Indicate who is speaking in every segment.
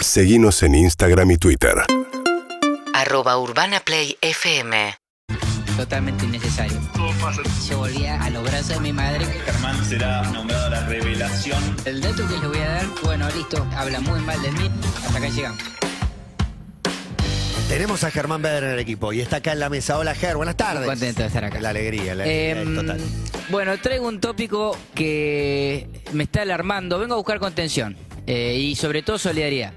Speaker 1: Seguimos en Instagram y Twitter.
Speaker 2: Arroba Urbana Play FM.
Speaker 3: Totalmente innecesario. Se volvía a los brazos de mi madre.
Speaker 4: Germán será nombrado la revelación.
Speaker 3: El dato que les voy a dar, bueno, listo, habla muy mal de mí. Hasta acá llegamos.
Speaker 5: Tenemos a Germán Beder en el equipo y está acá en la mesa. Hola, Ger, buenas tardes.
Speaker 3: Contento de estar acá.
Speaker 5: La alegría, la alegría
Speaker 3: Em,
Speaker 5: es total.
Speaker 3: Bueno, traigo un tópico que me está alarmando. Vengo a buscar contención eh, y sobre todo solidaridad.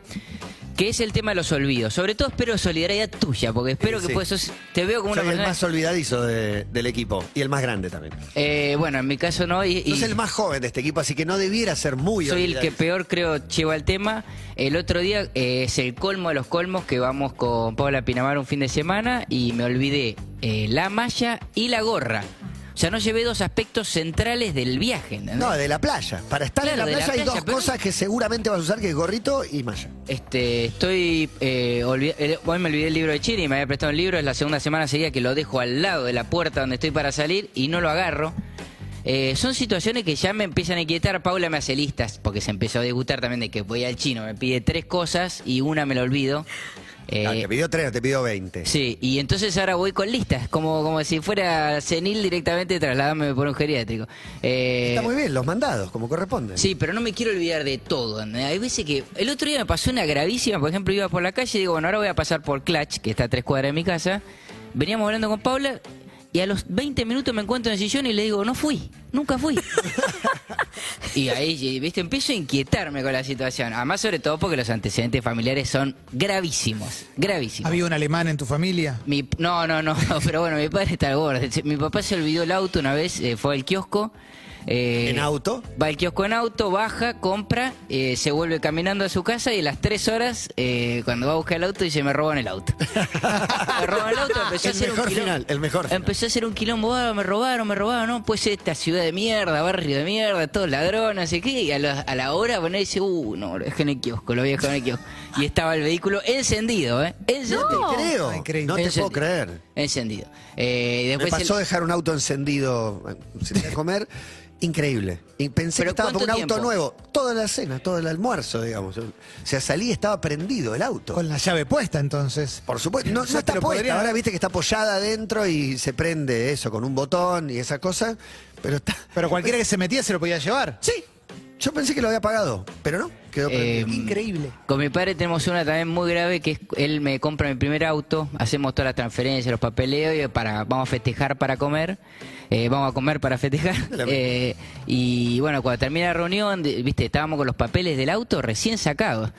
Speaker 3: Que es el tema de los olvidos. Sobre todo espero solidaridad tuya, porque espero
Speaker 5: Eh,
Speaker 3: que
Speaker 5: sí.
Speaker 3: puedas. sos- Te veo como una
Speaker 5: Soy el
Speaker 3: persona.
Speaker 5: más olvidadizo de- del equipo y el más grande también.
Speaker 3: Eh, bueno, en mi caso no. Y, y
Speaker 5: Sos el más joven de este equipo, así que no debiera ser muy
Speaker 3: soy el que
Speaker 5: olvidadizo.
Speaker 3: peor creo lleva el tema. El otro día eh, es el colmo de los colmos que vamos con Paula Pinamar un fin de semana y me olvidé eh, la malla y la gorra. O sea, no llevé dos aspectos centrales del viaje. ¿entendés?
Speaker 5: No, de la playa. Para estar
Speaker 3: Claro,
Speaker 5: en la
Speaker 3: de la
Speaker 5: playa hay
Speaker 3: playa,
Speaker 5: dos
Speaker 3: pero-
Speaker 5: cosas que seguramente vas a usar, que es gorrito y malla.
Speaker 3: Este, estoy. Eh, olvi- eh, hoy me olvidé el libro de Chiri, me había prestado un libro, es la segunda semana seguida que lo dejo al lado de la puerta donde estoy para salir y no lo agarro. Eh, son situaciones que ya me empiezan a inquietar. Paula me hace listas, porque se empezó a disgustar también de que voy al chino, me pide tres cosas y una me la olvido. Eh,
Speaker 5: No, Ah, te pidió tres, no te pidió veinte.
Speaker 3: sí, y entonces ahora voy con listas, como, como si fuera senil directamente trasladándome por un geriátrico. Eh,
Speaker 5: Está muy bien, los mandados, como corresponde.
Speaker 3: Sí, pero no me quiero olvidar de todo. ¿no? Hay veces que. El otro día me pasó una gravísima. Por ejemplo, iba por la calle y digo, bueno, ahora voy a pasar por Clutch, que está a tres cuadras de mi casa. Veníamos hablando con Paula y a los 20 minutos me encuentro en el sillón y le digo, no fui, nunca fui. y ahí, viste, empiezo a inquietarme con la situación. Además, sobre todo porque los antecedentes familiares son gravísimos. Gravísimos.
Speaker 6: ¿Había un alemán en tu familia?
Speaker 3: Mi- no, no, no, pero bueno, mi padre está gordo. Mi papá se olvidó el auto una vez, eh, fue al kiosco. eh,
Speaker 5: ¿En auto?
Speaker 3: Va al kiosco en auto, baja, compra, eh, se vuelve caminando a su casa y a las tres horas, eh, cuando va a buscar el auto, dice, me roban el auto. me roban el auto, empezó a
Speaker 5: El
Speaker 3: hacer un
Speaker 5: mejor
Speaker 3: quilombo. Em-
Speaker 5: final, el mejor final.
Speaker 3: Empezó a hacer un quilombo, "Ah, me robaron, me robaron, no, pues esta ciudad de mierda, barrio de mierda, todos ladrones, así que, y a la, a la hora, bueno, dice, uh, no, lo dejé en el kiosco, lo voy a dejar en el kiosco. Y estaba el vehículo encendido, ¿eh? Encendido.
Speaker 5: Te creo.
Speaker 6: No, increíble.
Speaker 5: No te
Speaker 3: Encendido.
Speaker 5: puedo creer.
Speaker 3: Encendido. Eh, y
Speaker 5: Me
Speaker 3: después el-
Speaker 5: pasó dejar un auto encendido eh, sin ir a comer. Increíble. Y pensé que
Speaker 3: ¿Pero
Speaker 5: estaba con un
Speaker 3: cuánto
Speaker 5: auto
Speaker 3: tiempo?
Speaker 5: nuevo. Toda la cena, todo el almuerzo, digamos. O sea, salí y estaba prendido el auto.
Speaker 6: Con la llave puesta, entonces.
Speaker 5: Por supuesto, no,
Speaker 6: O
Speaker 5: no
Speaker 6: sea,
Speaker 5: está
Speaker 6: te lo
Speaker 5: puesta.
Speaker 6: podría-
Speaker 5: Ahora viste que está apoyada adentro y se prende eso con un botón y esa cosa. Pero está.
Speaker 6: Pero cualquiera que se metía se lo podía llevar.
Speaker 5: Sí, yo pensé que lo había apagado, pero no, quedó
Speaker 3: Eh,
Speaker 5: prendido.
Speaker 6: Increíble.
Speaker 3: Con mi padre tenemos una también muy grave que es él me compra mi primer auto, hacemos todas las transferencias, los papeleos y para vamos a festejar para comer, eh, vamos a comer para festejar
Speaker 5: La-
Speaker 3: eh, y bueno cuando termina la reunión, de- viste estábamos con los papeles del auto recién sacados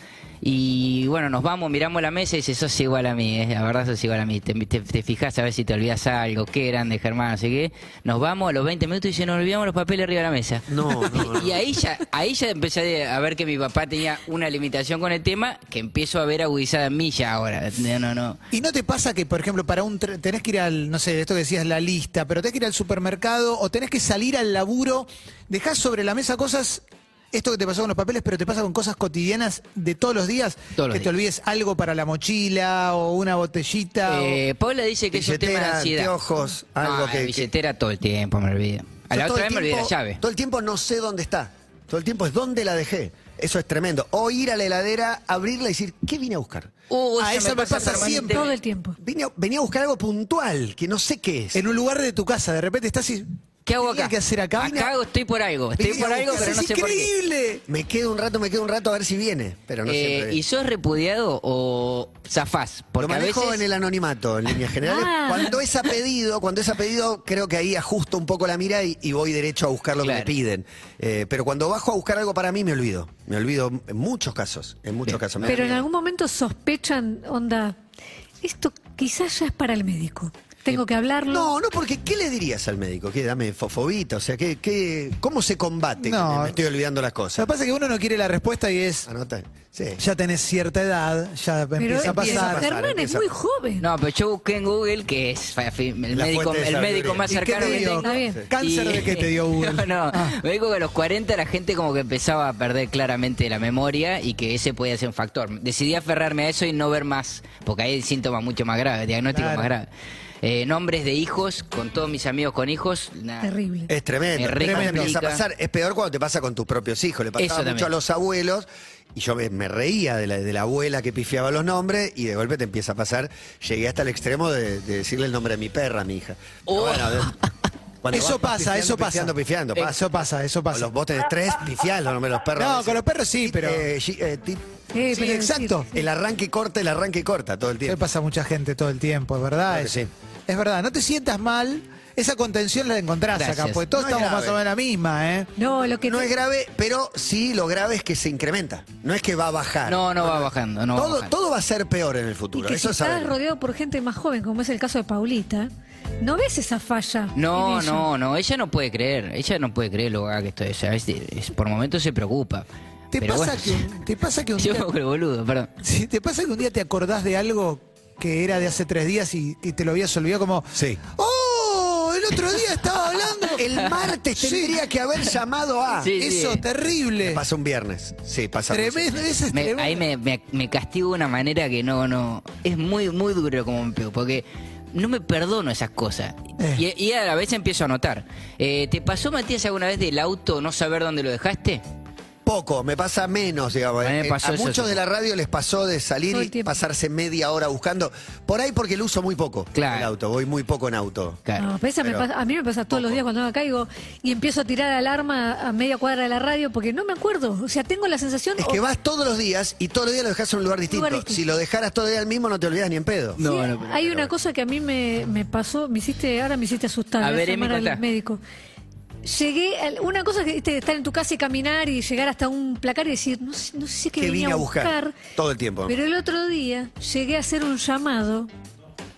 Speaker 3: y bueno nos vamos miramos la mesa y dice sos igual a mí, eh, la verdad sos igual a mí, te, te- te fijas a ver si te olvidas algo, qué grande Germán, así que nos vamos a los 20 minutos y dice nos olvidamos los papeles arriba de la mesa.
Speaker 5: No, no, no.
Speaker 3: Y ahí ya, ahí ya empecé a ver que mi papá tenía una limitación con el tema que empiezo a ver agudizada en mí ya ahora. No, no, no.
Speaker 6: ¿Y no te pasa que, por ejemplo, para un tr- tenés que ir al, no sé, esto que decías, la lista, pero tenés que ir al supermercado o tenés que salir al laburo, dejás sobre la mesa cosas, esto que te pasó con los papeles, pero te pasa con cosas cotidianas de todos los días,
Speaker 3: Todos los
Speaker 6: que
Speaker 3: días.
Speaker 6: te olvides algo para la mochilla o una botellita. o-
Speaker 3: Eh, Paula dice que es un tema de
Speaker 5: Billetera,
Speaker 3: ansiedad.
Speaker 5: anteojos, algo
Speaker 3: No, la
Speaker 5: que- que-
Speaker 3: billetera todo el tiempo me olvido. A la
Speaker 5: Yo todo
Speaker 3: otra vez
Speaker 5: el
Speaker 3: me olvidé la
Speaker 5: tiempo-
Speaker 3: llave.
Speaker 5: Todo el tiempo no sé dónde está. Todo el tiempo es dónde la dejé. Eso es tremendo. O ir a la heladera, abrirla y decir, ¿qué vine a buscar?
Speaker 3: Uh,
Speaker 6: Ah,
Speaker 3: esa
Speaker 6: eso me pasa
Speaker 3: permanente.
Speaker 6: siempre.
Speaker 7: Todo el tiempo.
Speaker 5: Vine a- venía a buscar algo puntual, que no sé qué es.
Speaker 6: en un lugar de tu casa, de repente estás y...
Speaker 3: ¿Qué hago
Speaker 6: tenía
Speaker 3: acá?
Speaker 6: que hacer acá?
Speaker 3: hago- estoy por algo. Estoy por algo, pero no sé por qué.
Speaker 6: increíble!
Speaker 5: Me quedo un rato, me quedo un rato a ver si viene, pero no
Speaker 3: Eh,
Speaker 5: siempre viene.
Speaker 3: ¿Y sos repudiado o zafás?
Speaker 5: Lo
Speaker 3: Porque a
Speaker 5: manejo
Speaker 3: veces...
Speaker 5: en el anonimato, en líneas generales.
Speaker 7: Ah.
Speaker 5: Cuando es a pedido, cuando es a pedido, creo que ahí ajusto un poco la mira y, y voy derecho a buscar lo
Speaker 3: Claro.
Speaker 5: que me piden. Eh, pero cuando bajo a buscar algo para mí, me olvido. Me olvido en muchos casos, en muchos casos. me
Speaker 7: Pero en
Speaker 5: olvido.
Speaker 7: algún momento sospechan, onda, esto quizás ya es para el médico. Tengo que hablarlo.
Speaker 5: No, no, porque ¿qué le dirías al médico? ¿Qué? Dame fosfobita, o sea, ¿qué, qué, ¿cómo se combate? que
Speaker 6: No.
Speaker 5: Me estoy olvidando las
Speaker 6: Lo
Speaker 5: cosas.
Speaker 6: que pasa es que uno no quiere la respuesta y es,
Speaker 5: Anota. Sí.
Speaker 6: ya tenés cierta edad, ya
Speaker 7: pero
Speaker 6: empieza a pasar.
Speaker 5: pasar,
Speaker 7: Germán es
Speaker 5: empieza a
Speaker 7: muy
Speaker 5: pasar.
Speaker 7: joven.
Speaker 3: No, pero yo busqué en Google que es fa- fi- el
Speaker 5: La
Speaker 3: médico,
Speaker 5: fuente de
Speaker 3: el médico
Speaker 5: sabiduría.
Speaker 3: más
Speaker 5: ¿Y
Speaker 6: qué te
Speaker 3: cercano que
Speaker 6: digo?
Speaker 3: tengo.
Speaker 7: Está bien.
Speaker 6: ¿Cáncer de qué te dio Google?
Speaker 3: No, no.
Speaker 6: Ah.
Speaker 3: Me dijo que a los 40 la gente como que empezaba a perder claramente la memoria y que ese podía ser un factor. Decidí aferrarme a eso y no ver más, porque hay síntomas mucho más graves, diagnósticos
Speaker 6: Claro.
Speaker 3: más graves. Eh, nombres de hijos, con todos mis amigos con hijos. na-
Speaker 7: Terrible.
Speaker 5: Es
Speaker 3: Me
Speaker 5: tremendo. Además, te empieza
Speaker 3: replica.
Speaker 5: a pasar. Es peor cuando te pasa con tus propios hijos. Le
Speaker 3: Eso
Speaker 5: pasaba mucho
Speaker 3: también.
Speaker 5: a los abuelos Y yo me, me reía de la, de la abuela que pifiaba los nombres y de golpe te empieza a pasar. Llegué hasta el extremo de, de decirle el nombre de mi perra a mi hija. Pero
Speaker 3: Oh.
Speaker 5: bueno, de- cuando
Speaker 6: Eso
Speaker 5: vas
Speaker 6: pasa,
Speaker 5: pifiando,
Speaker 6: eso pasa. Eh,
Speaker 5: Pifiando, pifiando,
Speaker 3: eh.
Speaker 5: pasa.
Speaker 6: Eso pasa, eso
Speaker 5: Con
Speaker 6: pasa.
Speaker 5: los botes de estrés, pifiás los nombres de los perros.
Speaker 6: No, con los perros sí, pero.
Speaker 5: Eh, gi- eh, ti-
Speaker 7: Eh,
Speaker 6: Sí,
Speaker 7: pero
Speaker 6: exacto.
Speaker 5: el arranque y corta, el arranque y corta todo el
Speaker 6: Le
Speaker 5: tiempo.
Speaker 6: pasa a mucha gente todo el tiempo, es verdad.
Speaker 5: Claro que
Speaker 6: Es,
Speaker 5: sí.
Speaker 6: es verdad, no te sientas mal. Esa contención la encontrás
Speaker 3: Gracias.
Speaker 6: acá, porque todos
Speaker 5: No es
Speaker 6: estamos más
Speaker 5: grave.
Speaker 6: o menos en la misma, ¿eh?
Speaker 7: No, lo que
Speaker 5: No
Speaker 7: te-
Speaker 5: es grave, pero sí lo grave es que se incrementa. No es que va a bajar.
Speaker 3: No, no va bajando, no va
Speaker 5: todo,
Speaker 3: bajando.
Speaker 5: todo va a ser peor en el
Speaker 7: y
Speaker 5: futuro.
Speaker 7: que si
Speaker 5: Eso es
Speaker 7: estás
Speaker 5: saberlo.
Speaker 7: rodeado por gente más joven, como es el caso de Paulita, no ves esa falla. en
Speaker 3: No,
Speaker 7: ella.
Speaker 3: no, no, ella no puede creer, ella no puede creer lo gaga que estoy, o sea, es- es- por momentos se preocupa.
Speaker 6: ¿Te
Speaker 3: Pero
Speaker 6: pasa,
Speaker 3: bueno,
Speaker 6: que, un- te pasa que un
Speaker 3: Yo me
Speaker 6: día,
Speaker 3: hago el boludo, perdón.
Speaker 6: sí, ¿Te pasa que un día te acordás de algo que era de hace tres días y, y te lo habías olvidado como.
Speaker 5: Sí.
Speaker 6: ¡Oh! El otro día estaba hablando.
Speaker 5: El martes
Speaker 6: Sí.
Speaker 5: tendría que haber llamado a.
Speaker 3: Sí,
Speaker 6: Eso,
Speaker 3: sí.
Speaker 6: terrible.
Speaker 5: Pasa un viernes. Sí, pasa.
Speaker 6: Tremendo, ese es
Speaker 3: Me-
Speaker 6: tremendo.
Speaker 3: ahí me, me- me castigo de una manera que no, no. Es muy, muy duro como me pego, porque no me perdono esas cosas.
Speaker 6: Eh.
Speaker 3: Y, y a la vez empiezo a notar. Eh, ¿Te pasó, Matías, alguna vez del auto no saber dónde lo dejaste?
Speaker 5: Poco, me pasa menos, digamos.
Speaker 3: A mí me
Speaker 5: Eh,
Speaker 3: pasó
Speaker 5: a
Speaker 3: eso,
Speaker 5: muchos
Speaker 3: sí.
Speaker 5: de la radio les pasó de salir
Speaker 7: Todo el
Speaker 5: y
Speaker 7: tiempo.
Speaker 5: pasarse media hora buscando. Por ahí porque lo uso muy poco.
Speaker 3: Claro.
Speaker 5: El auto, voy muy poco en auto.
Speaker 3: Claro.
Speaker 7: No, pero esa me
Speaker 5: Pero-
Speaker 7: pasa- a mí me pasa todos los días cuando me caigo y empiezo a tirar alarma a media cuadra de la radio porque no me acuerdo. O sea, tengo la sensación.
Speaker 5: Es
Speaker 7: o-
Speaker 5: que vas todos los días y todos los días lo dejas en un lugar distinto.
Speaker 7: distinto.
Speaker 5: Si lo dejaras todo el día al mismo, no te olvidas ni en pedo.
Speaker 3: No,
Speaker 7: Sí,
Speaker 3: no, pero-
Speaker 7: hay una cosa que a mí me, me pasó, me hiciste, ahora me hiciste asustar.
Speaker 3: A
Speaker 7: voy
Speaker 3: ver, Emi,
Speaker 7: llamar
Speaker 3: contá.
Speaker 7: al médico. Llegué, al- una cosa que viste, estar en tu casa y caminar y llegar hasta un placar y decir, no, sé- no sé qué,
Speaker 5: Que
Speaker 7: venía
Speaker 5: vine a buscar. Todo el tiempo.
Speaker 7: Pero el otro día llegué a hacer un llamado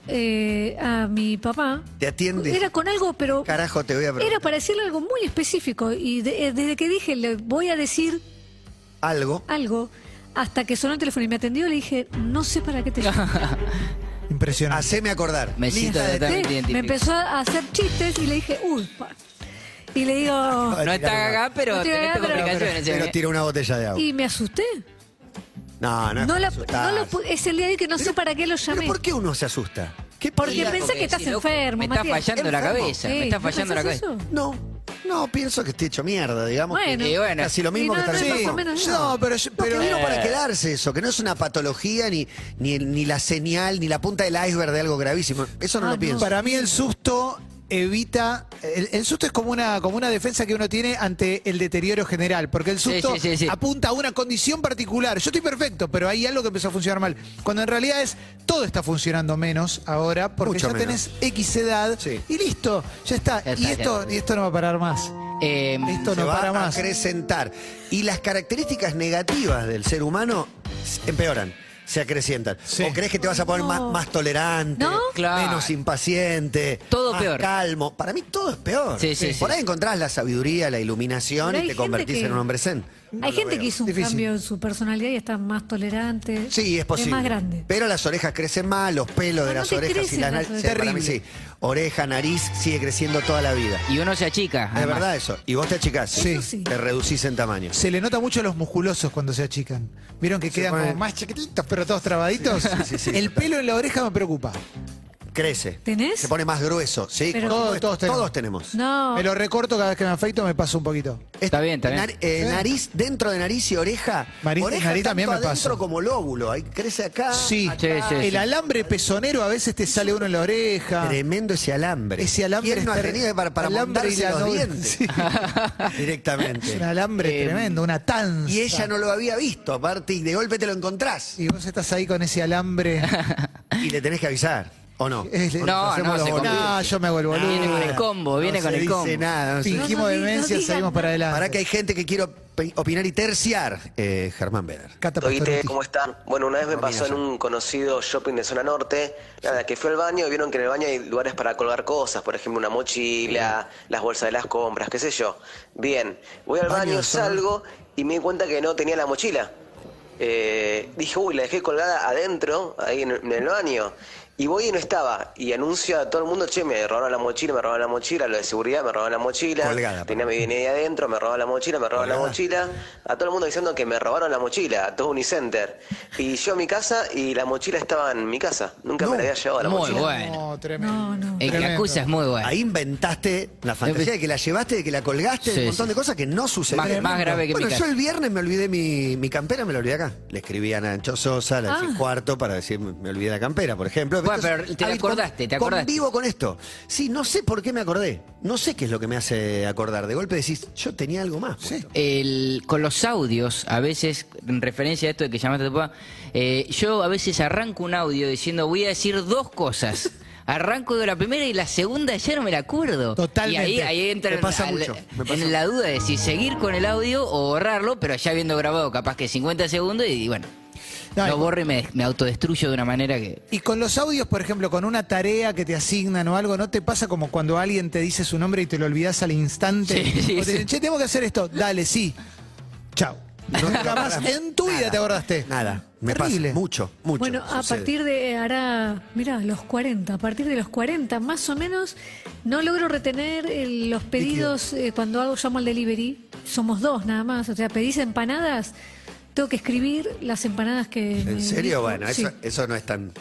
Speaker 7: eh, a mi papá.
Speaker 5: Te atiende.
Speaker 7: Era con algo, pero
Speaker 5: Carajo, te voy a
Speaker 7: era
Speaker 5: preguntar
Speaker 7: para decirle algo muy específico. Y de- eh, desde que dije, le voy a decir
Speaker 5: algo.
Speaker 7: algo, hasta que sonó el teléfono y me atendió, le dije, no sé para qué te llamo.
Speaker 6: Impresionante.
Speaker 5: Haceme acordar.
Speaker 3: Me siento
Speaker 5: Lista de
Speaker 3: totalmente
Speaker 7: Sí, me
Speaker 3: identificado.
Speaker 7: empezó a hacer chistes y le dije, uy, pa". Y le digo,
Speaker 3: No está acá, pero
Speaker 7: No estoy
Speaker 3: tenés
Speaker 7: gaga,
Speaker 3: tus
Speaker 7: pero-
Speaker 3: complicaciones.
Speaker 5: te- Pero
Speaker 3: ¿eh?
Speaker 5: tira una botella de agua.
Speaker 7: y me asusté.
Speaker 5: No, no es
Speaker 7: No
Speaker 5: para
Speaker 7: la-
Speaker 5: asustarse.
Speaker 7: no lo pu- es el día de hoy que no sé
Speaker 5: Pero-
Speaker 7: para qué lo
Speaker 5: ¿Pero
Speaker 7: llamé.
Speaker 5: por qué uno se asusta? ¿Qué
Speaker 7: Porque
Speaker 5: pila-
Speaker 7: pensé que estás
Speaker 3: decís, loco,
Speaker 7: enfermo,
Speaker 3: Me está
Speaker 7: Matías.
Speaker 3: fallando la
Speaker 5: Enfermo.
Speaker 3: cabeza,
Speaker 7: Sí,
Speaker 3: me está
Speaker 7: ¿no
Speaker 3: fallando la
Speaker 7: pensás
Speaker 3: cabeza.
Speaker 7: eso?
Speaker 5: No, no, pienso que esté hecho mierda, digamos. que
Speaker 7: Bueno.
Speaker 3: Y Eh, bueno,
Speaker 5: Casi lo mismo
Speaker 7: Y no,
Speaker 5: que estar
Speaker 7: no,
Speaker 5: enfermo.
Speaker 7: más o menos.
Speaker 6: Sí. No, pero. yo-
Speaker 5: No, que
Speaker 6: pero
Speaker 5: vino para quedarse eso, que no es una patología ni, ni, ni la señal, ni la punta del iceberg de algo gravísimo. Eso no
Speaker 7: Ah,
Speaker 5: lo
Speaker 7: no.
Speaker 5: pienso.
Speaker 6: Para mí el susto evita. El, el susto es como una, como una defensa que uno tiene ante el deterioro general. Porque el
Speaker 3: Sí,
Speaker 6: susto
Speaker 3: sí, sí, sí.
Speaker 6: apunta a una condición particular. Yo estoy perfecto, pero hay algo que empezó a funcionar mal. Cuando en realidad es todo está funcionando menos ahora, porque
Speaker 5: Mucho
Speaker 6: ya tenés
Speaker 5: menos.
Speaker 6: X edad
Speaker 5: Sí.
Speaker 6: y listo, ya está.
Speaker 3: Ya
Speaker 6: y
Speaker 3: está,
Speaker 6: esto,
Speaker 3: ya.
Speaker 6: y esto no va a parar más.
Speaker 3: Eh,
Speaker 6: Esto
Speaker 5: Mm. se
Speaker 6: no
Speaker 5: va
Speaker 6: para
Speaker 5: a
Speaker 6: más.
Speaker 5: acrecentar. Y las características negativas del ser humano s- empeoran, se acrecientan.
Speaker 6: Sí.
Speaker 5: ¿O crees que te vas a poner
Speaker 7: No.
Speaker 5: más, más tolerante,
Speaker 7: ¿No?
Speaker 3: Claro.
Speaker 5: menos impaciente,
Speaker 3: Todo
Speaker 5: más
Speaker 3: peor.
Speaker 5: calmo? Para mí todo es peor.
Speaker 3: Sí, sí, sí.
Speaker 5: Por ahí encontrás la sabiduría, la iluminación
Speaker 7: Pero
Speaker 5: y
Speaker 7: hay
Speaker 5: te
Speaker 7: gente
Speaker 5: convertís
Speaker 7: que-
Speaker 5: en un hombre zen.
Speaker 7: Hay gente que hizo un
Speaker 6: Difícil.
Speaker 7: cambio en su personalidad y está más tolerante.
Speaker 5: Sí, es posible.
Speaker 7: más grande.
Speaker 5: Pero las orejas crecen más, los pelos
Speaker 7: No,
Speaker 5: de
Speaker 7: no
Speaker 5: las
Speaker 7: te
Speaker 5: orejas y
Speaker 7: crecen
Speaker 5: las
Speaker 7: las
Speaker 5: narices.
Speaker 6: orejas.
Speaker 5: para mí sí.
Speaker 6: Terrible.
Speaker 5: Oreja, nariz, sigue creciendo toda la vida.
Speaker 3: y uno se achica.
Speaker 5: Es
Speaker 3: además.
Speaker 5: verdad eso. Y vos te achicás.
Speaker 6: Eso
Speaker 7: sí.
Speaker 5: Te reducís en tamaño.
Speaker 6: Se le nota mucho a los musculosos cuando se achican. Vieron que quedan
Speaker 5: ponen-
Speaker 6: como más chiquititos, pero todos trabaditos.
Speaker 5: sí, sí,
Speaker 6: el
Speaker 5: total.
Speaker 6: pelo en la oreja me preocupa.
Speaker 5: Crece.
Speaker 7: ¿Tenés?
Speaker 5: Se pone más grueso. Sí,
Speaker 7: Pero-
Speaker 5: por
Speaker 6: Todos-
Speaker 5: supuesto.
Speaker 6: todos tenemos.
Speaker 5: tenemos.
Speaker 7: No,
Speaker 6: Me lo recorto cada vez que me afeito, me paso un poquito.
Speaker 3: Está bien, está bien.
Speaker 5: Nar- eh,
Speaker 6: Sí.
Speaker 5: nariz, dentro de nariz y oreja.
Speaker 6: Nariz-
Speaker 5: oreja
Speaker 6: nariz también me
Speaker 5: tanto adentro
Speaker 6: paso.
Speaker 5: como lóbulo. Ahí crece acá.
Speaker 7: Ah,
Speaker 6: Sí,
Speaker 3: Sí, sí, sí.
Speaker 6: el alambre pezonero a veces te sale uno en la oreja.
Speaker 5: Tremendo ese alambre.
Speaker 6: Ese alambre
Speaker 5: ¿Quién no ha
Speaker 6: está-
Speaker 5: tenido para, para
Speaker 6: alambre y
Speaker 5: montarse
Speaker 6: la
Speaker 5: los
Speaker 6: novia.
Speaker 5: dientes?
Speaker 6: Sí. Es
Speaker 5: Directamente.
Speaker 6: un alambre
Speaker 3: Eh,
Speaker 6: tremendo, una tanza.
Speaker 5: Y ella no lo había visto, aparte, y de golpe te lo encontrás.
Speaker 6: Y vos estás ahí con ese alambre.
Speaker 5: Y le tenés que avisar, ¿o no.
Speaker 6: Es-
Speaker 5: ¿O
Speaker 3: No,
Speaker 5: nos hacemos
Speaker 3: no,
Speaker 5: los
Speaker 3: se
Speaker 5: boludos?
Speaker 3: confunde.
Speaker 6: no, yo me hago el boludo.
Speaker 3: Viene con el combo, viene
Speaker 5: No
Speaker 3: con
Speaker 5: se
Speaker 3: el
Speaker 5: dice
Speaker 3: combo.
Speaker 5: nada, Ah, no se-
Speaker 7: Fingí-
Speaker 6: Fingimos
Speaker 7: No, no digan-
Speaker 6: demencia,
Speaker 7: no digan
Speaker 6: seguimos para
Speaker 7: nada.
Speaker 6: adelante.
Speaker 5: Pará que hay gente que quiero pe- opinar y terciar. Eh, Germán Beder.
Speaker 6: Cata
Speaker 8: Oíste,
Speaker 6: Pastoruti.
Speaker 8: ¿cómo están? Bueno, una vez me
Speaker 5: Buen día,
Speaker 8: pasó en
Speaker 5: Sam.
Speaker 8: un conocido shopping de zona norte, nada, que fui al baño y vieron que en el baño hay lugares para colgar cosas, por ejemplo, una mochila, las bolsas de las compras, qué sé yo. Bien, voy al
Speaker 6: Baño
Speaker 8: baño,
Speaker 6: de zona
Speaker 8: salgo y me di cuenta que no tenía la mochila. Eh, dije, uy, la dejé colgada adentro, ahí en, en el baño. Y voy y no estaba. Y anuncio a todo el mundo, che, me robaron la mochila, me robaron la mochila, lo de seguridad, me robaron la mochila.
Speaker 5: Colgada,
Speaker 8: Tenía mi dinero ahí adentro, me robaron la mochila, me robaron la
Speaker 5: Colgada.
Speaker 8: mochila. A todo el mundo diciendo que me robaron la mochila, a todo Unicenter. Y yo a mi casa y la mochila estaba en mi casa. Nunca me la había llevado la
Speaker 3: Muy
Speaker 8: mochila.
Speaker 3: bueno.
Speaker 6: No, tremendo.
Speaker 7: No, no.
Speaker 3: El que
Speaker 6: Tremendo.
Speaker 3: acusa es muy bueno.
Speaker 5: Ahí inventaste la fantasía de que la llevaste, de que la colgaste,
Speaker 3: Sí,
Speaker 5: un montón
Speaker 3: sí.
Speaker 5: de cosas que no
Speaker 3: Más-
Speaker 5: sucedieron.
Speaker 3: más grave que
Speaker 5: Bueno,
Speaker 3: mi
Speaker 5: yo
Speaker 3: casa.
Speaker 5: el viernes me olvidé mi, mi campera, me la olvidé acá. Le escribí a Nacho Sosa, le
Speaker 7: Ah.
Speaker 5: hice cuarto para decir, me olvidé la campera, por ejemplo.
Speaker 3: Bueno, pero te la
Speaker 5: ahí con-
Speaker 3: acordaste, te acordaste.
Speaker 5: Convivo con esto. Sí, no sé por qué me acordé. No sé qué es lo que me hace acordar. De golpe decís, yo tenía algo más. Eh, puesto.
Speaker 3: El- con los audios, a veces, en referencia a esto de que llamaste a tu papá, eh, yo a veces arranco un audio diciendo voy a decir dos cosas. Arranco de la primera y la segunda ya no me la acuerdo.
Speaker 6: Totalmente.
Speaker 3: Y ahí, ahí entra
Speaker 5: Me
Speaker 3: en-
Speaker 5: pasa mucho, me pasa
Speaker 3: en la duda de si seguir con el audio o borrarlo, pero ya habiendo grabado capaz que 50 segundos y, bueno,
Speaker 6: No,
Speaker 3: no,
Speaker 6: y-
Speaker 3: borro y me, me autodestruyo de una manera que...
Speaker 6: Y con los audios, por ejemplo, con una tarea que te asignan o algo, ¿no te pasa como cuando alguien te dice su nombre y te lo olvidas al instante?
Speaker 3: Sí, sí,
Speaker 6: o te
Speaker 3: sí.
Speaker 6: dicen, che, tengo que hacer esto. Dale, sí. Chao.
Speaker 5: No te
Speaker 6: Nunca más
Speaker 5: acordás.
Speaker 6: en tu vida
Speaker 5: Nada,
Speaker 6: te acordaste.
Speaker 5: Nada, me
Speaker 6: Terrible.
Speaker 5: pasa mucho, mucho.
Speaker 7: Bueno, a
Speaker 5: sucede.
Speaker 7: partir de, hará, mira, los 40, a partir de los 40 más o menos, no logro retener eh, los pedidos eh, cuando hago llamo al delivery, somos dos nada más, o sea, pedís empanadas, tengo que escribir las empanadas que... me
Speaker 5: ¿En serio?
Speaker 7: dijo.
Speaker 5: Bueno,
Speaker 7: Sí.
Speaker 5: eso, eh, eso no es tan,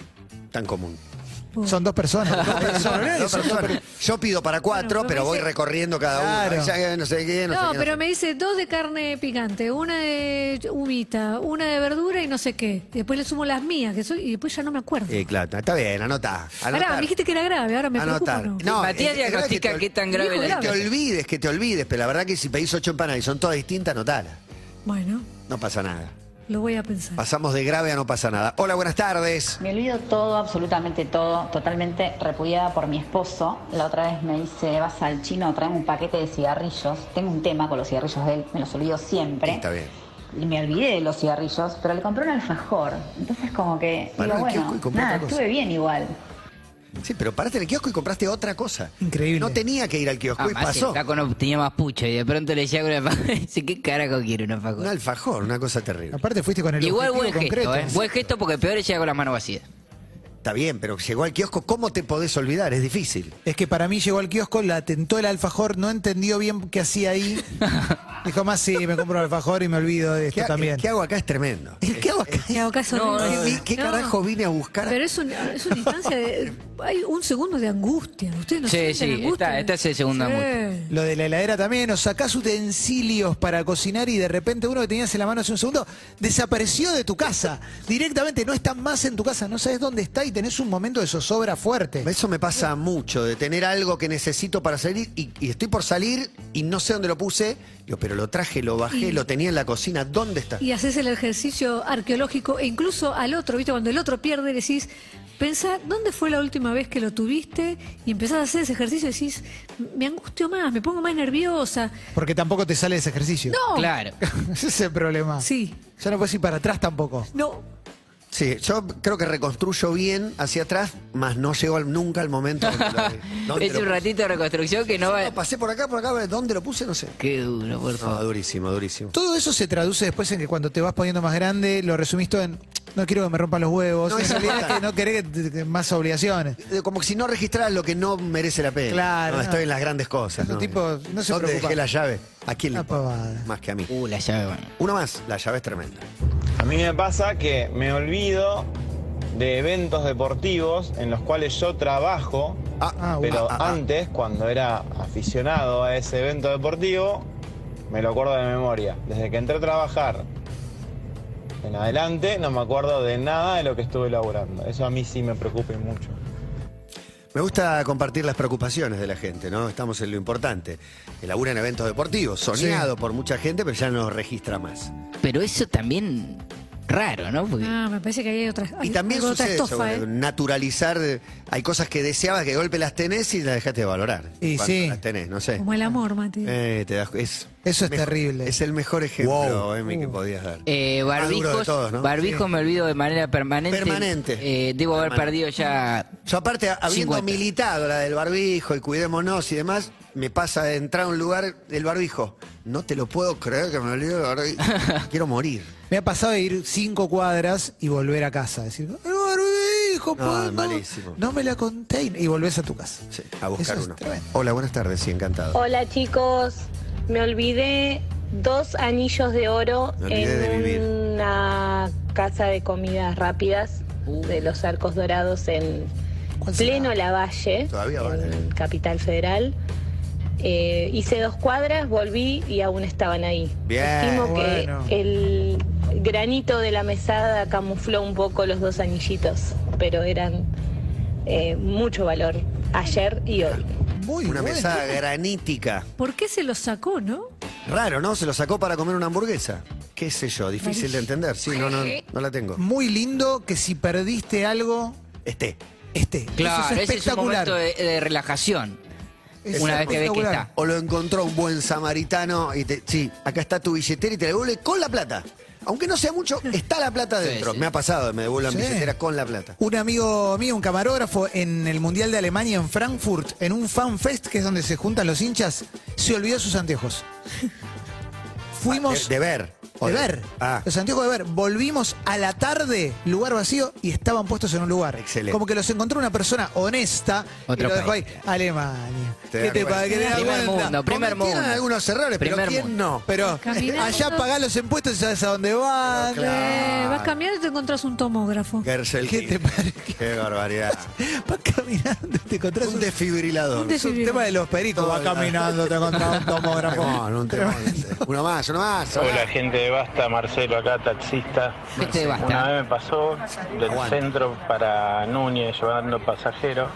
Speaker 5: tan común.
Speaker 6: Son dos personas. Dos personas.
Speaker 5: Dos personas. Yo pido para cuatro,
Speaker 7: Bueno, pero
Speaker 5: pero
Speaker 7: me
Speaker 5: voy
Speaker 7: dice-
Speaker 5: recorriendo cada
Speaker 6: Claro.
Speaker 5: uno. Ay, ya, no sé qué, no, sé
Speaker 7: No,
Speaker 5: qué,
Speaker 7: pero
Speaker 5: sé
Speaker 7: me dice dos de carne picante, una de humita, una de verdura y no sé qué. Después le sumo las mías, que soy, y después ya no me acuerdo.
Speaker 5: qué. Eh, claro, está bien, anotá.
Speaker 7: Pará,
Speaker 5: anotar.
Speaker 7: me dijiste que era grave, ahora me preocupa.
Speaker 5: anotar.
Speaker 3: Matías
Speaker 7: ¿no?
Speaker 5: es- es verdad
Speaker 3: diagnostica
Speaker 5: que te
Speaker 3: qué
Speaker 5: ol-
Speaker 3: tan grave
Speaker 7: Dijo
Speaker 3: la
Speaker 5: Que te
Speaker 7: grave.
Speaker 5: olvides, que te olvides, pero la verdad que si pedís ocho empanadas y son todas distintas, anotala.
Speaker 7: Bueno,
Speaker 5: No pasa nada.
Speaker 7: lo voy a pensar.
Speaker 5: Pasamos de grave a no pasa nada. Hola, buenas tardes.
Speaker 9: Me olvido todo, absolutamente todo, totalmente repudiada por mi esposo. La otra vez me dice, vas al chino, traeme un paquete de cigarrillos. Tengo un tema con los cigarrillos de él, me los olvido siempre.
Speaker 5: Está bien.
Speaker 9: Y me olvidé de los cigarrillos, pero le compré un alfajor. Entonces como que,
Speaker 5: Paró
Speaker 9: digo,
Speaker 5: el kiosco y
Speaker 9: bueno,
Speaker 5: compró
Speaker 9: nada,
Speaker 5: otra cosa.
Speaker 9: estuve bien igual.
Speaker 5: Sí, pero paraste en el kiosco y compraste otra cosa.
Speaker 6: Increíble.
Speaker 5: No tenía que ir al kiosco
Speaker 3: Ah,
Speaker 5: y
Speaker 3: más si
Speaker 5: pasó.
Speaker 3: el taco no tenía más pucha y de pronto le decía con el alfajor, dice, ¿qué carajo quiere un alfajor?
Speaker 5: Un alfajor, una cosa terrible.
Speaker 6: Aparte fuiste con el
Speaker 3: Igual buen
Speaker 6: objetivo concreto.
Speaker 3: gesto, ¿eh? Buen gesto porque peor es llegar con las manos vacías.
Speaker 5: Está bien, pero llegó al kiosco, ¿cómo te podés olvidar? Es difícil.
Speaker 6: Es que para mí llegó al kiosco, la tentó el alfajor, no entendió bien qué hacía ahí. Dijo, más sí, me compro un alfajor y me olvido de esto
Speaker 5: ¿Qué, ha-
Speaker 6: también.
Speaker 5: ¿Qué hago acá? Es tremendo.
Speaker 6: El que hago acá-
Speaker 7: Te hago caso,
Speaker 3: No,
Speaker 7: Renzo.
Speaker 5: ¿Qué, qué
Speaker 7: No.
Speaker 5: carajo vine a buscar?
Speaker 7: Pero es, un- es una instancia de. Hay un segundo de angustia. Ustedes no
Speaker 3: Sí,
Speaker 7: sienten
Speaker 3: sí,
Speaker 7: angustia.
Speaker 3: está- está ese segundo angustia.
Speaker 6: Lo de la heladera también, o sacás utensilios para cocinar y de repente uno que tenías en la mano hace un segundo desapareció de tu casa. Directamente no está más en tu casa, no sabes dónde está y tenés un momento de zozobra fuerte.
Speaker 5: Eso me pasa mucho, de tener algo que necesito para salir y, y estoy por salir y no sé dónde lo puse. Digo, pero lo traje, lo bajé,
Speaker 7: Y-
Speaker 5: lo tenía en la cocina. ¿Dónde está?
Speaker 7: Y haces el ejercicio arqueológico e incluso al otro, ¿viste? Cuando el otro pierde, decís. Pensá, ¿dónde fue la última vez que lo tuviste? Y empezás a hacer ese ejercicio y decís, me angustio más, me pongo más nerviosa.
Speaker 6: Porque tampoco te sale ese ejercicio.
Speaker 7: No,
Speaker 3: Claro.
Speaker 6: Ese es el problema.
Speaker 7: Sí.
Speaker 6: Ya no puedes ir para atrás tampoco.
Speaker 7: no.
Speaker 5: Sí, yo creo que reconstruyo bien hacia atrás, más no llego al- nunca al momento. donde lo- ¿dónde
Speaker 3: es
Speaker 5: lo
Speaker 3: un
Speaker 5: puse?
Speaker 3: ratito de reconstrucción que no va...
Speaker 5: No, pasé por acá, por acá, ¿dónde lo puse? No sé.
Speaker 3: Qué duro, por
Speaker 5: No,
Speaker 3: favor.
Speaker 5: durísimo, durísimo.
Speaker 6: Todo eso se traduce después en que cuando te vas poniendo más grande, lo resumís todo en no quiero que me rompan los huevos,
Speaker 5: No,
Speaker 6: en
Speaker 5: eso
Speaker 6: realidad
Speaker 5: pasa.
Speaker 6: es que no querés que- que- más obligaciones.
Speaker 5: Eh, Como que si no registraras lo que no merece la pena.
Speaker 6: Claro,
Speaker 5: No,
Speaker 6: no.
Speaker 5: estoy en las grandes cosas.
Speaker 6: Un
Speaker 5: ¿no?
Speaker 6: tipo, no se
Speaker 5: ¿Dónde
Speaker 6: preocupa.
Speaker 5: dejé la llave? ¿A quién le
Speaker 6: Una
Speaker 5: importa?
Speaker 6: pavada.
Speaker 5: Más que a mí.
Speaker 3: Uh, la llave, bueno.
Speaker 5: Uno más, la llave es tremenda.
Speaker 10: A mí me pasa que me olvido de eventos deportivos en los cuales yo trabajo,
Speaker 5: Ah,
Speaker 10: pero
Speaker 5: ah, ah, ah.
Speaker 10: antes, cuando era aficionado a ese evento deportivo, me lo acuerdo de memoria. Desde que entré a trabajar en adelante, no me acuerdo de nada de lo que estuve laburando. Eso a mí sí me preocupa y mucho.
Speaker 5: Me gusta compartir las preocupaciones de la gente, ¿no? Estamos en lo importante. El labura en eventos deportivos, soñado por mucha gente, pero ya no registra más.
Speaker 3: Pero eso también raro, ¿no? Porque
Speaker 7: Ah, me parece que ahí hay otras.
Speaker 5: Y también
Speaker 7: hay otra
Speaker 5: sucede eso,
Speaker 7: estofa,
Speaker 5: bueno,
Speaker 7: ¿eh?
Speaker 5: naturalizar, eh, hay cosas que deseabas que de golpe las tenés y las dejaste de valorar.
Speaker 6: Y
Speaker 5: Cuando
Speaker 6: sí.
Speaker 5: Las tenés, no sé.
Speaker 7: Como el amor, Mati.
Speaker 5: Eh, te das- es
Speaker 6: Eso es
Speaker 5: mejor-
Speaker 6: terrible.
Speaker 5: Es el mejor ejemplo,
Speaker 6: Wow.
Speaker 5: Emi, que podías dar.
Speaker 3: eh,
Speaker 5: Más duro de
Speaker 3: barbijos,
Speaker 5: todos, ¿no?
Speaker 3: barbijos me olvido de manera permanente.
Speaker 5: Permanente.
Speaker 3: Eh, debo haber
Speaker 5: Permanente.
Speaker 3: perdido ya...
Speaker 5: Yo aparte, habiendo
Speaker 3: 50.
Speaker 5: militado la del barbijo y cuidémonos y demás, me pasa de entrar a un lugar del barbijo. No te lo puedo creer que me olvidé del barbijo. Quiero morir.
Speaker 6: Me ha pasado de ir cinco cuadras y volver a casa. Decir, "El barbijo, viejo,
Speaker 5: No,
Speaker 6: puedo,
Speaker 5: es
Speaker 6: no,
Speaker 5: malísimo.
Speaker 6: no me la conté. Y volvés a tu casa.
Speaker 5: Sí, a buscar
Speaker 6: Eso es
Speaker 5: uno.
Speaker 6: tremendo.
Speaker 5: Hola, buenas tardes, sí, encantado.
Speaker 11: Hola chicos, me olvidé dos anillos de oro
Speaker 5: Me olvidé de vivir.
Speaker 11: en una casa de comidas rápidas de los arcos dorados en
Speaker 6: ¿Cuál será?
Speaker 11: pleno Lavalle,
Speaker 5: Todavía vale.
Speaker 11: en Capital Federal. Eh, hice dos cuadras, volví y aún estaban ahí.
Speaker 5: Bien.
Speaker 11: Estimo que
Speaker 6: Bueno.
Speaker 11: el granito de la mesada camufló un poco los dos anillitos, pero eran eh, mucho valor ayer y hoy.
Speaker 6: Muy
Speaker 5: Una
Speaker 6: bueno.
Speaker 5: mesada granítica.
Speaker 7: ¿Por qué se los sacó, no?
Speaker 5: Raro, ¿no? Se lo sacó para comer una hamburguesa. ¿Qué sé yo? Difícil de entender. Sí, no, no, no la tengo.
Speaker 6: Muy lindo que si perdiste algo,
Speaker 5: Este.
Speaker 6: esté.
Speaker 3: Claro,
Speaker 6: Eso es
Speaker 3: ese es un
Speaker 6: espectacular.
Speaker 3: momento de, de relajación.
Speaker 6: Eso
Speaker 3: una
Speaker 6: es
Speaker 3: vez este que ves que
Speaker 6: espectacular.
Speaker 3: está.
Speaker 5: O lo encontró un buen samaritano y te. Sí, acá está tu billetera y te la devuelve con la plata. Aunque no sea mucho, está la plata
Speaker 3: Sí,
Speaker 5: dentro.
Speaker 3: sí.
Speaker 5: Me ha pasado, me devuelvan
Speaker 6: Sí.
Speaker 5: billetera con la plata.
Speaker 6: Un amigo mío, un camarógrafo, en el Mundial de Alemania en Frankfurt, en un fanfest, que es donde se juntan los hinchas, se olvidó sus anteojos. Fuimos
Speaker 5: Ah, De, de ver. O
Speaker 6: de ver,
Speaker 5: Ah,
Speaker 6: los anteojos de ver. Volvimos a la tarde, lugar vacío, y estaban puestos en un lugar.
Speaker 5: Excelente.
Speaker 6: Como que los encontró una persona honesta
Speaker 3: Otro
Speaker 6: y lo dejó ahí.
Speaker 3: país.
Speaker 6: Alemania.
Speaker 5: Te
Speaker 6: ¿Qué
Speaker 5: da
Speaker 6: te
Speaker 5: cuenta.
Speaker 6: pa- qué te da
Speaker 3: Primer
Speaker 6: cuenta?
Speaker 3: mundo, primer
Speaker 5: Cometieron
Speaker 3: mundo.
Speaker 5: algunos errores, pero
Speaker 3: Primer
Speaker 5: ¿quién
Speaker 3: mundo.
Speaker 5: no?
Speaker 6: Pero
Speaker 7: Caminando.
Speaker 6: allá pagás los impuestos y sabes a dónde van.
Speaker 7: Eh, vas caminando y te encontrás un tomógrafo.
Speaker 5: Gersel
Speaker 6: ¿Qué te
Speaker 5: Kirchner.
Speaker 6: parece?
Speaker 5: Qué barbaridad.
Speaker 6: Vas caminando y te encontrás
Speaker 5: Un desfibrilador.
Speaker 7: Un
Speaker 6: Es un tema de los pericos. Va caminando, te encontrás un tomógrafo.
Speaker 5: Temón, un temón. Uno más, uno más.
Speaker 10: Hola gente de Basta, Marcelo acá, taxista.
Speaker 3: ¿Qué te
Speaker 10: Una
Speaker 3: basta?
Speaker 10: vez me pasó del
Speaker 5: Aguante.
Speaker 10: centro para Núñez llevando pasajeros,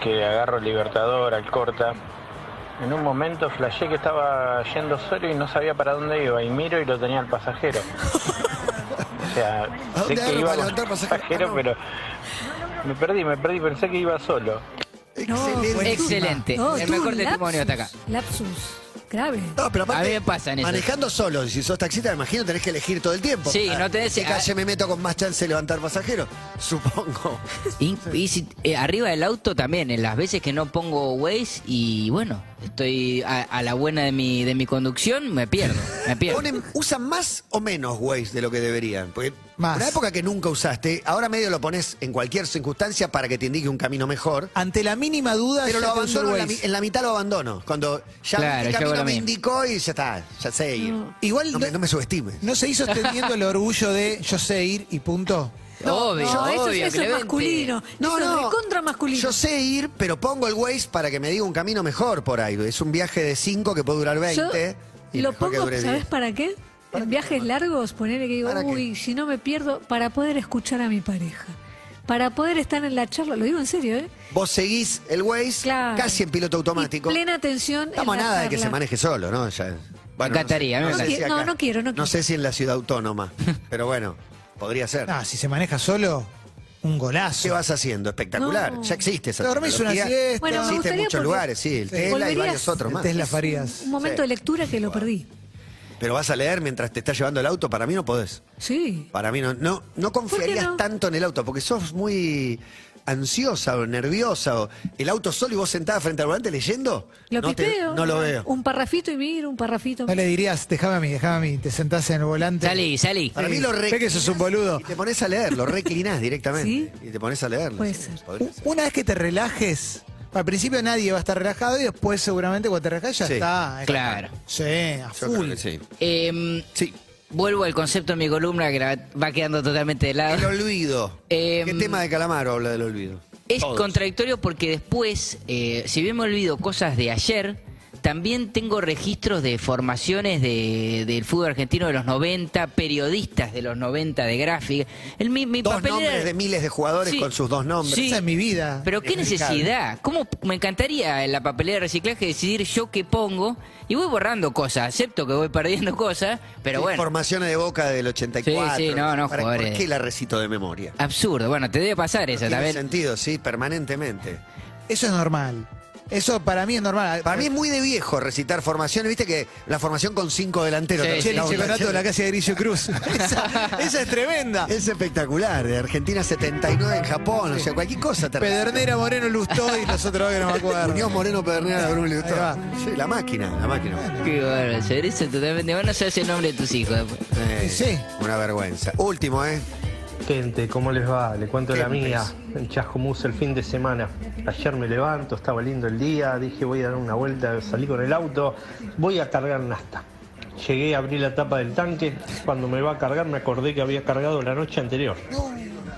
Speaker 10: que agarro Libertador al corta. En un momento flashé que estaba yendo solo y no sabía para dónde iba y miro y lo tenía el pasajero. O sea,
Speaker 5: ¿A
Speaker 10: sé
Speaker 5: dónde
Speaker 10: que
Speaker 5: agarro
Speaker 10: iba con
Speaker 5: para levantar
Speaker 10: el
Speaker 5: pasajero?
Speaker 10: pasajero,
Speaker 5: Ah, no.
Speaker 10: pero me perdí, me perdí, pensé que iba solo.
Speaker 5: Excelente.
Speaker 7: buenísima.
Speaker 3: Excelente. El
Speaker 7: tuvo
Speaker 3: mejor
Speaker 7: un
Speaker 3: testimonio hasta acá.
Speaker 7: lapsus, Lapsus. Grave.
Speaker 5: No, pero aparte,
Speaker 3: A mí me pasan eso.
Speaker 5: manejando solo, si sos taxista, me imagino tenés que elegir todo el tiempo. Ah,
Speaker 3: Sí, no tenés-
Speaker 5: ¿Qué calle me meto con más chance de levantar pasajeros? Supongo.
Speaker 3: Y, y si- eh, arriba del auto también, en las veces que no pongo Waze y bueno, estoy a, a la buena de mi, de mi conducción, me pierdo. Me pierdo.
Speaker 5: Ponen- ¿Usan más o menos Waze de lo que deberían? Porque
Speaker 6: Más.
Speaker 5: una época que nunca usaste, ahora medio lo pones en cualquier circunstancia para que te indique un camino mejor.
Speaker 6: Ante la mínima duda,
Speaker 5: Pero
Speaker 6: ya
Speaker 5: lo
Speaker 6: te Ah, uso el
Speaker 5: abandono en la, mi-
Speaker 6: Waze.
Speaker 5: en la mitad lo abandono. Cuando ya
Speaker 3: Claro,
Speaker 5: el
Speaker 3: yo hago
Speaker 5: camino
Speaker 3: lo
Speaker 5: me
Speaker 3: mismo.
Speaker 5: indicó y ya está, ya sé ir.
Speaker 6: Igual
Speaker 5: No
Speaker 6: no,
Speaker 5: me, no me subestimes.
Speaker 6: no se hizo extendiendo el orgullo de yo sé ir y punto.
Speaker 3: obvio,
Speaker 7: no, eso,
Speaker 3: obvio,
Speaker 7: eso es
Speaker 3: Clemente.
Speaker 7: masculino. No, eso es recontra masculino.
Speaker 5: Yo sé ir, pero pongo el Waze para que me diga un camino mejor por ahí. Es un viaje de 5 que puede durar 20.
Speaker 7: Yo
Speaker 5: y
Speaker 7: lo
Speaker 5: mejor que
Speaker 7: pongo,
Speaker 5: dure
Speaker 7: ¿sabes
Speaker 5: 10.
Speaker 7: para qué? en viajes largos, ponerle que digo,
Speaker 5: ¿Para qué?
Speaker 7: uy, si no me pierdo, para poder escuchar a mi pareja. Para poder estar en la charla, lo digo en serio, ¿eh?
Speaker 5: Vos seguís el Waze
Speaker 7: Claro.
Speaker 5: casi en piloto automático.
Speaker 7: Y plena atención. en
Speaker 5: Estamos a
Speaker 7: la
Speaker 5: nada de que
Speaker 7: charla.
Speaker 5: se maneje solo, ¿no? Ya- bueno,
Speaker 3: encantaría, me
Speaker 5: sé
Speaker 7: encantaría.
Speaker 5: si
Speaker 7: No,
Speaker 5: acá-
Speaker 7: no quiero, no quiero.
Speaker 5: sé si en la ciudad autónoma, pero bueno, podría ser.
Speaker 6: Ah, si se maneja solo, un golazo.
Speaker 5: ¿Qué vas haciendo? Espectacular.
Speaker 7: No.
Speaker 5: Ya existe esa
Speaker 6: Te dormís una
Speaker 5: tecnología.
Speaker 6: siesta.
Speaker 7: Bueno, me
Speaker 5: existe en
Speaker 7: gustaría
Speaker 5: muchos
Speaker 7: porque
Speaker 5: lugares, sí. El
Speaker 6: Sí.
Speaker 5: Tesla y
Speaker 7: Volverías-
Speaker 5: varios otros más.
Speaker 6: Antes las farías.
Speaker 7: Un momento
Speaker 5: Sí.
Speaker 7: de lectura que lo perdí.
Speaker 5: Pero vas a leer mientras te estás llevando el auto, para mí no podés.
Speaker 7: Sí.
Speaker 5: Para mí no, no, no confiarías
Speaker 7: no?
Speaker 5: tanto en el auto, porque sos muy ansiosa o nerviosa, o el auto solo y vos sentada frente al volante leyendo,
Speaker 7: Lo
Speaker 5: no, te-
Speaker 7: pipeo.
Speaker 5: no lo veo.
Speaker 7: Un parrafito y miro, un parrafito.
Speaker 6: No le dirías, déjame a mí, déjame a mí. Te sentás en el volante.
Speaker 3: Salí, salí.
Speaker 5: Para mí lo
Speaker 6: Ve que sos un boludo.
Speaker 5: Y te pones a leer, lo reclinás directamente. Y te pones a leerlo.
Speaker 7: Puede
Speaker 5: sí,
Speaker 7: ser.
Speaker 5: podría
Speaker 6: U- Una vez que te relajes, al principio nadie va a estar relajado y después seguramente cuando te relajas ya
Speaker 5: Sí.
Speaker 6: está.
Speaker 3: Claro.
Speaker 6: Sí, a
Speaker 5: Yo creo
Speaker 6: full.
Speaker 5: que sí.
Speaker 3: Em,
Speaker 5: Sí.
Speaker 3: Vuelvo al concepto de mi columna que la- va quedando totalmente de
Speaker 5: El
Speaker 3: lado.
Speaker 5: olvido.
Speaker 3: Em,
Speaker 5: ¿Qué tema de Calamaro habla del olvido?
Speaker 3: Es
Speaker 5: Todos.
Speaker 3: contradictorio porque después, eh, si bien me olvido cosas de ayer, también tengo registros de formaciones de- del fútbol argentino de los 90, periodistas de los 90 de gráfica. El, mi, mi
Speaker 5: Dos
Speaker 3: papel era-
Speaker 5: nombres de miles de jugadores
Speaker 3: Sí.
Speaker 5: con sus dos nombres.
Speaker 3: Sí.
Speaker 6: Esa es mi vida.
Speaker 3: Pero qué necesidad. ¿Cómo me encantaría en la papelera de reciclaje decidir yo qué pongo? Y voy borrando cosas. Acepto que voy perdiendo cosas, pero
Speaker 5: Sí,
Speaker 3: bueno.
Speaker 5: Formaciones de boca del 84.
Speaker 3: Sí, sí, no, no,
Speaker 5: ¿Para, ¿Por
Speaker 3: jugadores.
Speaker 5: qué la recito de memoria?
Speaker 3: Absurdo. Bueno, te debe pasar esa
Speaker 5: Tiene
Speaker 3: también.
Speaker 5: sentido, sí, permanentemente.
Speaker 6: Eso es normal. Eso para mí es normal.
Speaker 5: Para mí es muy de viejo recitar formaciones, viste que la formación con cinco delanteros.
Speaker 3: Sí,
Speaker 5: ¿te
Speaker 6: Cheli
Speaker 5: acordás?
Speaker 6: Checonato de la casa de Grillo Cruz. esa, esa es tremenda.
Speaker 5: Es espectacular, de Argentina 79 en Japón, o sea, cualquier cosa te
Speaker 6: Pedernera, Moreno, Lustó y nosotros que no me acuerdo.
Speaker 5: Unión Moreno Pedernera de Brulio.
Speaker 6: Ahí va.
Speaker 5: Sí, la máquina, la máquina.
Speaker 3: Qué bárbaro, ser eso totalmente. Bueno, se hace el nombre de tus hijos. después.
Speaker 5: Eh,
Speaker 6: Sí.
Speaker 5: Una vergüenza. Último, ¿eh?
Speaker 10: Gente, ¿cómo les va? Le cuento la
Speaker 12: Gente.
Speaker 10: mía. En Chascomús el fin de semana. Ayer me levanto, estaba lindo el día, dije voy a dar una vuelta, salí con el auto, voy a cargar nafta. Llegué, abrí la tapa del tanque, cuando me va a cargar me acordé que había cargado la noche anterior.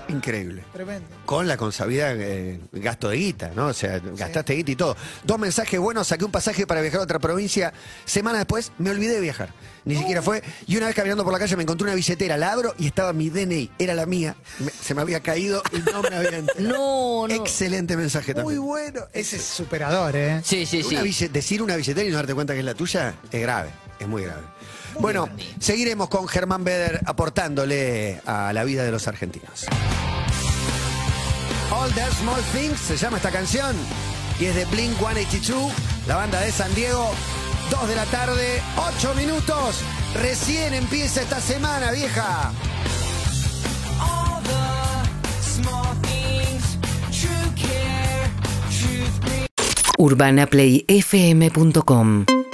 Speaker 5: Increíble.
Speaker 6: Tremendo.
Speaker 5: Con la consabida eh, gasto de guita, ¿no? O sea, gastaste guita y todo. Dos mensajes buenos, saqué un pasaje para viajar a otra provincia. Semana después me olvidé de viajar. Ni siquiera fue. Y una vez caminando por la calle me encontré una billetera, la abro y estaba mi DNI. Era la mía. Me- se me había caído y no me había
Speaker 3: no,
Speaker 5: enterado. Excelente mensaje
Speaker 6: Muy
Speaker 5: también.
Speaker 6: bueno. Ese es superador, ¿eh?
Speaker 3: Sí, sí, sí.
Speaker 5: Una bille- decir una billetera y no darte cuenta que es la tuya es grave, es muy grave. Bueno, seguiremos con Germán Beder aportándole a la vida de los argentinos. All the Small Things se llama esta canción y es de Blink 182, la banda de San Diego. 2 de la tarde, 8 minutos. Recién empieza esta semana, vieja.
Speaker 13: All the small things, true care, truth brings.
Speaker 2: urbanaplayfm.com